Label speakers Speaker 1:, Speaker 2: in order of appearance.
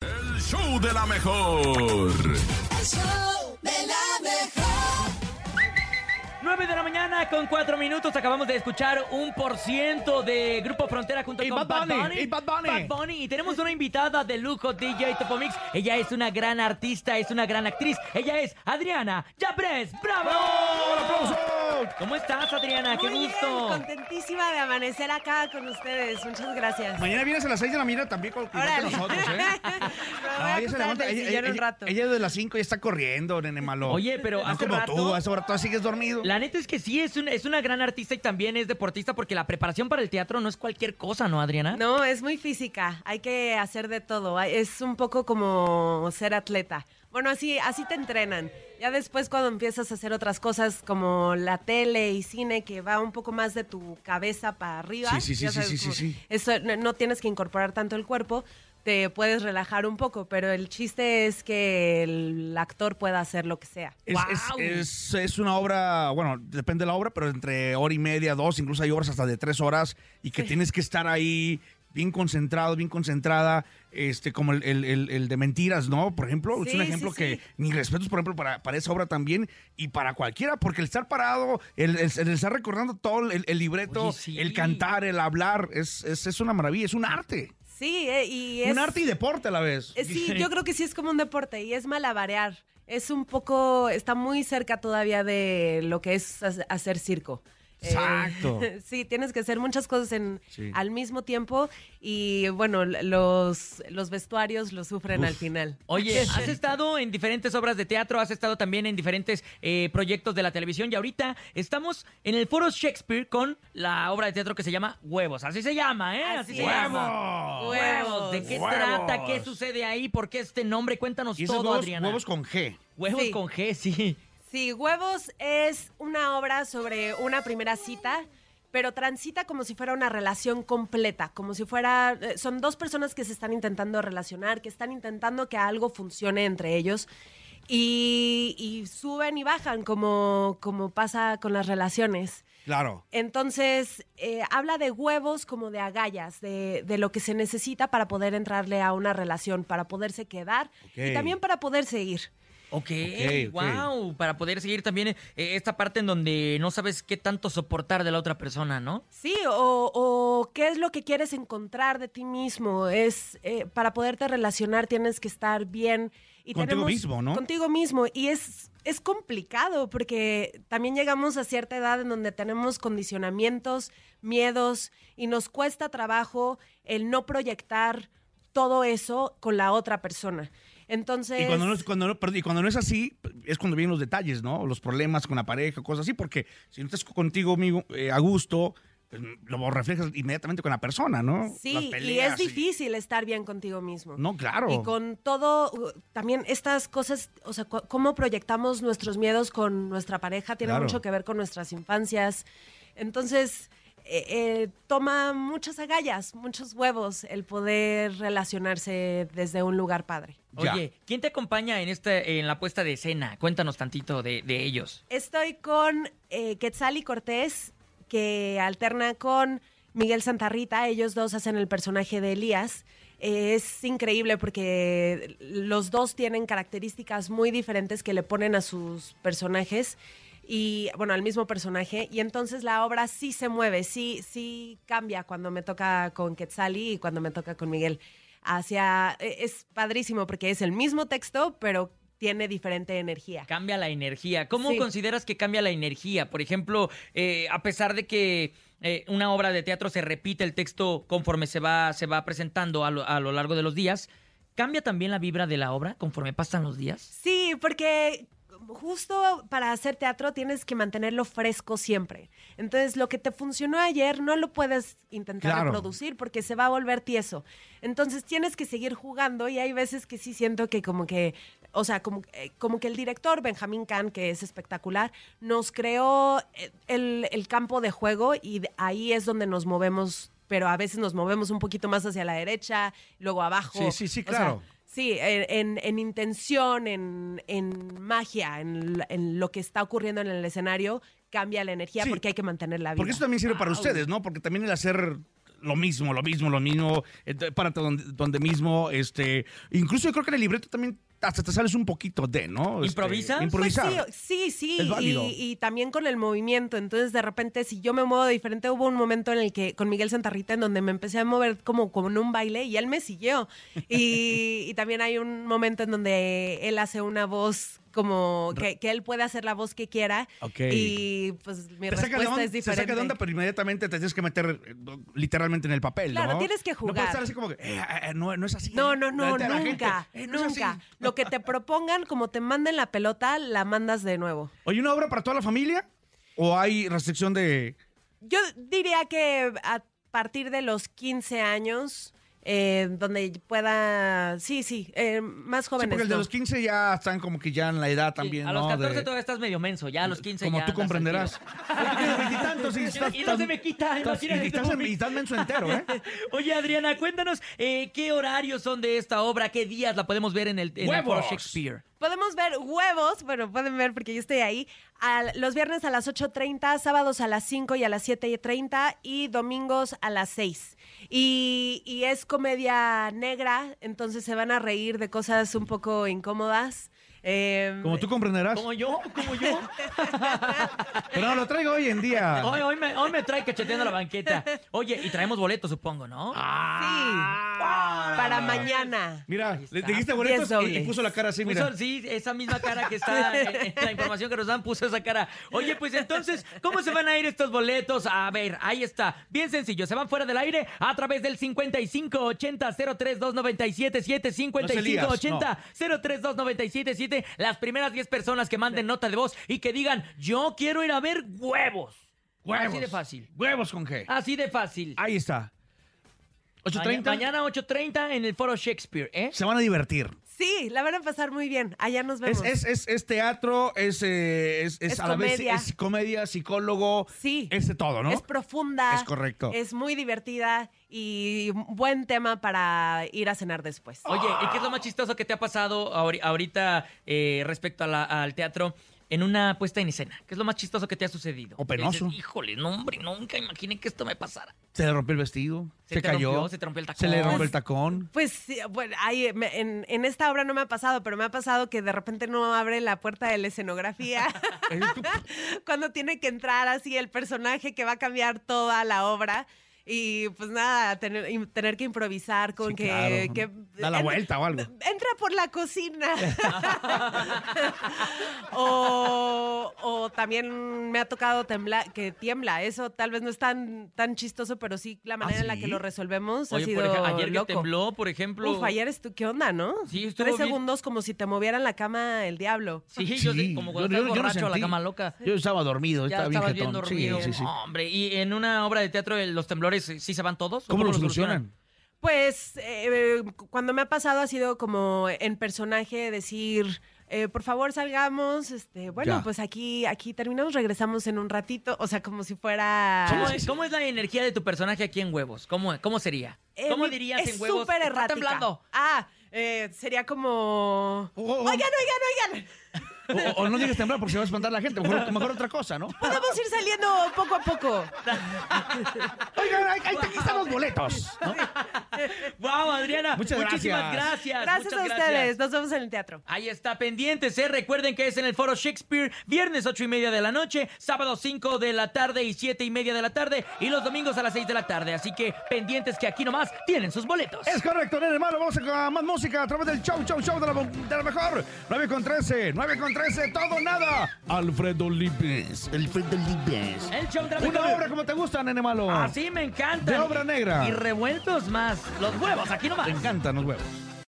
Speaker 1: El show de la mejor.
Speaker 2: El show de la mejor.
Speaker 3: 9 de la mañana con 4 minutos. Acabamos de escuchar un por ciento de Grupo Frontera junto
Speaker 4: Y
Speaker 3: con
Speaker 4: Bad Bunny, y Bad Bunny.
Speaker 3: Y tenemos una invitada de lujo, DJ Topomix. Ella es una gran artista, es una gran actriz. Ella es Adriana Yabres. ¡Bravo!
Speaker 4: ¡Oh,
Speaker 3: ¿Cómo estás, Adriana? ¡Qué
Speaker 5: Muy
Speaker 3: gusto!
Speaker 5: Bien, contentísima de amanecer acá con ustedes. Muchas gracias.
Speaker 4: Mañana vienes a las 6 de la mañana también con igual que
Speaker 5: Órale.
Speaker 4: nosotros, ¿eh?
Speaker 5: Me voy
Speaker 4: No,
Speaker 5: a
Speaker 4: ella se
Speaker 5: acostar
Speaker 4: levanta,
Speaker 5: en el
Speaker 4: ella,
Speaker 5: sillón
Speaker 4: ella-
Speaker 5: un rato.
Speaker 4: ella desde las 5 ya está corriendo, nene malo.
Speaker 3: Oye, pero
Speaker 4: no
Speaker 3: hace
Speaker 4: como
Speaker 3: rato-
Speaker 4: tú, a esa hora todavía sigues dormido.
Speaker 3: La neta es que sí, es, un- es una gran artista y también es deportista porque la preparación para el teatro no es cualquier cosa, ¿no, Adriana?
Speaker 5: No, es muy física. Hay que hacer de todo. Hay- Es un poco como ser atleta. Bueno, así, así te entrenan. Ya después cuando empiezas a hacer otras cosas como la tele y cine, que va un poco más de tu cabeza para arriba.
Speaker 4: Sí, sí, sí,
Speaker 5: ya
Speaker 4: sí,
Speaker 5: sabes,
Speaker 4: sí, sí,
Speaker 5: como-
Speaker 4: sí.
Speaker 5: Eso, no, no tienes que incorporar tanto el cuerpo. Te puedes relajar un poco, pero el chiste es que el actor pueda hacer lo que sea.
Speaker 4: Es, es-
Speaker 3: ¡Guau!
Speaker 4: es- es una obra, bueno, depende de la obra, pero entre hora y media, dos, incluso hay obras hasta de tres horas y que tienes que estar ahí bien concentrado, bien concentrada, este, como el, el- el- el de mentiras, ¿no? Por ejemplo, es un
Speaker 5: Sí,
Speaker 4: ejemplo
Speaker 5: sí,
Speaker 4: que
Speaker 5: sí.
Speaker 4: mis respetos, por ejemplo, para, para esa obra también y para cualquiera, porque el estar parado, el, el- el estar recordando todo el, el libreto,
Speaker 3: Oye, sí.
Speaker 4: el cantar, el hablar, es, es- es una maravilla, es un arte.
Speaker 5: Sí, eh, y es...
Speaker 4: Un arte y deporte a la vez.
Speaker 5: Eh, Sí, yo creo que sí es como un deporte y es malabarear. Es un poco, está muy cerca todavía de lo que es ha- hacer circo. Eh,
Speaker 4: Exacto.
Speaker 5: sí, tienes que hacer muchas cosas en,
Speaker 4: Sí.
Speaker 5: al mismo tiempo y bueno, l- los, los vestuarios lo sufren al final.
Speaker 3: Oye, has estado en diferentes obras de teatro, has estado también en diferentes eh, proyectos de la televisión y ahorita estamos en el Foro Shakespeare con la obra de teatro que se llama Huevos. Así se llama, ¿eh? Así,
Speaker 5: Así
Speaker 3: se
Speaker 5: es.
Speaker 3: llama.
Speaker 4: ¡Huevo!
Speaker 3: Huevos. ¿De qué
Speaker 4: Huevos.
Speaker 3: trata? ¿Qué sucede ahí? ¿Por qué este nombre? Cuéntanos
Speaker 4: Y esos
Speaker 3: todo,
Speaker 4: huevos-
Speaker 3: Adriana.
Speaker 4: huevos con G.
Speaker 3: Huevos
Speaker 5: Sí.
Speaker 3: con G, sí.
Speaker 5: Sí, Huevos es una obra sobre una primera cita, pero transita como si fuera una relación completa, como si fuera, eh, son dos personas que se están intentando relacionar, que están intentando que algo funcione entre ellos. Y, y suben y bajan como, como pasa con las relaciones.
Speaker 4: Claro.
Speaker 5: Entonces, eh, habla de huevos como de agallas, de, de lo que se necesita para poder entrarle a una relación, para poderse quedar
Speaker 4: Ok.
Speaker 5: y también para poderse ir.
Speaker 3: Ok,
Speaker 4: ok.
Speaker 3: wow. Para poder seguir también eh, esta parte en donde no sabes qué tanto soportar de la otra persona, ¿no?
Speaker 5: Sí, o, o qué es lo que quieres encontrar de ti mismo. Es eh, para poderte relacionar tienes que estar bien y
Speaker 4: Contigo
Speaker 5: tenemos-
Speaker 4: mismo, ¿no?
Speaker 5: Contigo mismo y es es complicado porque también llegamos a cierta edad en donde tenemos condicionamientos, miedos y nos cuesta trabajo el no proyectar todo eso con la otra persona. Entonces
Speaker 4: Y cuando, no es, cuando, no, perdón, y cuando no es así, es cuando vienen los detalles, ¿no? Los problemas con la pareja, cosas así, porque si no estás contigo amigo, eh, a gusto, pues, lo reflejas inmediatamente con la persona, ¿no? Las
Speaker 5: Sí, y es
Speaker 4: peleas
Speaker 5: difícil estar bien contigo mismo.
Speaker 4: No, claro.
Speaker 5: Y con todo, uh, también estas cosas, o sea, cu- cómo proyectamos nuestros miedos con nuestra pareja tiene
Speaker 4: Claro.
Speaker 5: mucho que ver con nuestras infancias. Entonces, eh, eh, toma muchas agallas, muchos huevos el poder relacionarse desde un lugar padre.
Speaker 4: Ya.
Speaker 3: Oye, ¿quién te acompaña en este, en la puesta de escena? Cuéntanos tantito de, de ellos.
Speaker 5: Estoy con eh, Quetzali Cortés, que alterna con Miguel Santarrita. Ellos dos hacen el personaje de Elías. Eh, es increíble porque los dos tienen características muy diferentes que le ponen a sus personajes. Y bueno, al mismo personaje. Y entonces la obra sí se mueve, sí, sí cambia cuando me toca con Quetzali y cuando me toca con Miguel. Hacia. eh, Es padrísimo porque es el mismo texto, pero tiene diferente energía.
Speaker 3: Cambia la energía. ¿Cómo
Speaker 5: Sí.
Speaker 3: consideras que cambia la energía? Por ejemplo, eh, a pesar de que eh, una obra de teatro se repite el texto conforme se va, se va presentando a lo, a lo largo de los días, ¿cambia también la vibra de la obra conforme pasan los días?
Speaker 5: Sí, porque justo para hacer teatro tienes que mantenerlo fresco siempre. Entonces, lo que te funcionó ayer no lo puedes intentar
Speaker 4: Claro.
Speaker 5: reproducir porque se va a volver tieso. Entonces, tienes que seguir jugando y hay veces que sí siento que como que, o sea, como, eh, como que el director Benjamín Kahn, que es espectacular, nos creó eh, el, el campo de juego y de- ahí es donde nos movemos. Pero a veces nos movemos un poquito más hacia la derecha, luego abajo.
Speaker 4: Sí, sí, sí,
Speaker 5: O sea,
Speaker 4: claro.
Speaker 5: Sí, en, en- en intención, en, en magia, en, l- en lo que está ocurriendo en el escenario, cambia la energía
Speaker 4: Sí.
Speaker 5: porque hay que mantener la vida.
Speaker 4: Porque eso también sirve para ustedes, ¿no? Porque también el hacer lo mismo, lo mismo, lo mismo, ent- párate donde, donde mismo, este, incluso yo creo que en el libreto también hasta te sales un poquito de, ¿no? Este,
Speaker 3: ¿Improvisas?
Speaker 5: Pues
Speaker 4: improvisar.
Speaker 5: sí, sí, sí.
Speaker 4: Es
Speaker 5: Y,
Speaker 4: válido.
Speaker 5: y también con el movimiento. Entonces, de repente, si yo me muevo diferente, hubo un momento en el que con Miguel Santarrita, en donde me empecé a mover como, como en un baile y él me siguió. Y, y también hay un momento en donde él hace una voz como que, que él puede hacer la voz que quiera.
Speaker 4: Ok.
Speaker 5: Y pues mi
Speaker 4: Te saca, de
Speaker 5: respuesta
Speaker 4: onda,
Speaker 5: es
Speaker 4: te
Speaker 5: diferente.
Speaker 4: saca de onda, pero inmediatamente te tienes que meter eh, literalmente en el papel.
Speaker 5: Claro,
Speaker 4: ¿no?
Speaker 5: tienes que
Speaker 4: No puedes
Speaker 5: jugar.
Speaker 4: estar así como que, eh, eh, no, no es así.
Speaker 5: No, no, no,
Speaker 4: La- la gente,
Speaker 5: nunca,
Speaker 4: eh, no es así.
Speaker 5: nunca. Lo que te propongan, como te manden la pelota, la mandas de nuevo.
Speaker 4: ¿Hay una obra para toda la familia? ¿O hay restricción de.?
Speaker 5: Yo diría que a partir de los 15 años, eh, donde pueda, sí, sí, eh, más
Speaker 4: Sí,
Speaker 5: jóvenes.
Speaker 4: porque el de
Speaker 5: ¿no?
Speaker 4: los 15 ya están como que ya en la edad también.
Speaker 3: a los
Speaker 4: ¿no?
Speaker 3: 14
Speaker 4: De-
Speaker 3: todavía estás medio menso, ya a los 15
Speaker 4: Como
Speaker 3: ya
Speaker 4: tú
Speaker 3: andas al
Speaker 4: comprenderás.
Speaker 3: tiro.
Speaker 4: Veintitantos y estás
Speaker 3: Y no
Speaker 4: tan-
Speaker 3: se me quita,
Speaker 4: estás-
Speaker 3: imagínate este
Speaker 4: Y estás en-
Speaker 3: tú.
Speaker 4: y estás menso entero, ¿eh?
Speaker 3: Oye, Adriana, cuéntanos eh, qué horarios son de esta obra, qué días la podemos ver en el, en el Foro
Speaker 4: ¡Huevos!
Speaker 3: Shakespeare.
Speaker 5: Podemos ver huevos, bueno, pueden ver porque yo estoy ahí, al- los viernes a las 8.30, sábados a las 5 y a las 7.30 y domingos a las 6. Y, y es comedia negra, entonces se van a reír de cosas un poco incómodas. Em,
Speaker 4: Como tú comprenderás.
Speaker 3: Como yo, como yo.
Speaker 4: Pero no, lo traigo hoy en día.
Speaker 3: Hoy, hoy me, hoy me trae cacheteando la banqueta. Oye, y traemos boletos, supongo, ¿no?
Speaker 4: Ah,
Speaker 5: Sí, para mañana.
Speaker 4: Mira,
Speaker 3: Ahí
Speaker 4: le
Speaker 3: está.
Speaker 4: dijiste boletos
Speaker 5: Diez
Speaker 4: y, y
Speaker 5: dobles.
Speaker 4: puso la cara así,
Speaker 3: Puso-
Speaker 4: mira.
Speaker 3: Pues sí, esa misma cara que está en, en la información que nos dan, puso esa cara. Oye, pues entonces, ¿cómo se van a ir estos boletos? A ver, ahí está. Bien sencillo, se van fuera del aire a través del 5580-032977, siete Las primeras 10 personas que manden nota de voz y que digan, yo quiero ir a ver huevos.
Speaker 4: Huevos.
Speaker 3: Así de fácil. Ah.
Speaker 4: Huevos con G.
Speaker 3: Así de fácil.
Speaker 4: Ahí está. 8.30.
Speaker 3: Mañana 8.30 en el foro Shakespeare, ¿eh?
Speaker 4: Se van a divertir.
Speaker 5: Sí, la van a pasar muy bien. Allá nos vemos.
Speaker 4: Es, es, es, es teatro, es, eh, es, es
Speaker 5: Es
Speaker 4: a la vez
Speaker 5: comedia.
Speaker 4: es comedia, psicólogo.
Speaker 5: Sí.
Speaker 4: Es de todo, ¿no?
Speaker 5: Es profunda.
Speaker 4: Es correcto.
Speaker 5: Es muy divertida y un buen tema para ir a cenar después.
Speaker 3: Oye, ¿y qué es lo
Speaker 4: Ah.
Speaker 3: más chistoso que te ha pasado ahori- ahorita eh, respecto a la- al teatro en una puesta en escena? ¿Qué es lo más chistoso que te ha sucedido?
Speaker 4: O penoso.
Speaker 3: Que dices, Híjole, no, hombre, nunca imaginé que esto me pasara.
Speaker 4: Se le rompió el vestido, se,
Speaker 3: Se te
Speaker 4: cayó,
Speaker 3: rompió, se te rompió el
Speaker 4: se le
Speaker 3: tacón.
Speaker 4: rompió el tacón.
Speaker 5: Pues sí, bueno, ahí, me- en, en esta obra no me ha pasado, pero me ha pasado que de repente no abre la puerta de la escenografía
Speaker 4: Eh,
Speaker 5: cuando tiene que entrar así el personaje que va a cambiar toda la obra. Y pues nada, tener, im- tener que improvisar con
Speaker 4: Sí,
Speaker 5: que,
Speaker 4: claro.
Speaker 5: que-
Speaker 4: Da la
Speaker 5: en-
Speaker 4: vuelta o algo.
Speaker 5: Entra por la cocina. o, o también me ha tocado tembla, que tiembla. Eso tal vez no es tan, tan chistoso, pero sí la manera en la
Speaker 4: Ah, sí?
Speaker 5: que lo resolvemos ha
Speaker 3: Oye,
Speaker 5: sido
Speaker 3: por ejemplo, ayer
Speaker 5: loco.
Speaker 3: que tembló, por ejemplo.
Speaker 5: Uf, ayer estu- ¿qué onda, no?
Speaker 3: Sí, estuvo
Speaker 5: Tres
Speaker 3: bien.
Speaker 5: segundos como si te movieran la cama el diablo.
Speaker 3: Sí, yo
Speaker 4: Sí,
Speaker 3: sé, como cuando
Speaker 4: yo-
Speaker 3: estás
Speaker 4: yo- yo no
Speaker 3: borracho a la
Speaker 4: sentí.
Speaker 3: cama loca.
Speaker 4: Yo estaba dormido,
Speaker 3: Ya
Speaker 4: estaba bien
Speaker 3: estabas bien
Speaker 4: jetón. Sí,
Speaker 3: dormido.
Speaker 4: sí, sí.
Speaker 3: No, hombre, ¿y en una obra de teatro eh, los temblores eh, sí se van todos? ¿O
Speaker 4: ¿Cómo lo
Speaker 3: solucionan?
Speaker 4: solucionan?
Speaker 5: Pues eh, cu- cuando me ha pasado ha sido como en personaje decir, eh, por favor salgamos, este, bueno,
Speaker 4: Ya.
Speaker 5: pues aquí, aquí terminamos, regresamos en un ratito, o sea, como si fuera...
Speaker 3: ¿Cómo, es, cómo es la energía de tu personaje aquí en Huevos? ¿Cómo, cómo sería?
Speaker 5: Eh,
Speaker 3: ¿Cómo
Speaker 5: mi-
Speaker 3: dirías
Speaker 5: es
Speaker 3: en Huevos?
Speaker 5: súper
Speaker 3: "Está
Speaker 5: errática.
Speaker 3: temblando. Oh,
Speaker 5: Ah, eh, sería como...
Speaker 4: O, o- o-
Speaker 5: Oigan, oigan, oigan,
Speaker 4: o- o no digas temblar porque se va a espantar la gente. Mejor, mejor otra cosa, ¿no?
Speaker 5: podemos ir saliendo poco a poco.
Speaker 4: Oigan, ahí, ahí- aquí están los boletos. ¿no?
Speaker 3: Wow, Adriana.
Speaker 4: Muchas
Speaker 3: Muchísimas
Speaker 4: gracias.
Speaker 3: gracias.
Speaker 5: Gracias
Speaker 3: muchas
Speaker 5: a ustedes, nos vemos en el teatro.
Speaker 3: Ahí está, pendientes, ¿eh? Recuerden que es en el Foro Shakespeare, viernes 8 y media de la noche, sábado 5 de la tarde y 7 y media de la tarde, y los domingos a las 6 de la tarde. Así que pendientes que aquí nomás tienen sus boletos.
Speaker 4: Es correcto, nene hermano. Vamos a más música a través del show, show, show de la, de la mejor. 9 con 13, 9 con 13, todo nada. Alfredo Lipes. Alfredo Lipes.
Speaker 3: El show de la
Speaker 4: Una
Speaker 3: mejor.
Speaker 4: obra como te gusta, nene malo.
Speaker 3: Así me encanta.
Speaker 4: De obra negra.
Speaker 3: Y revueltos más. Los huevos, aquí nomás.
Speaker 4: Te encantan los huevos.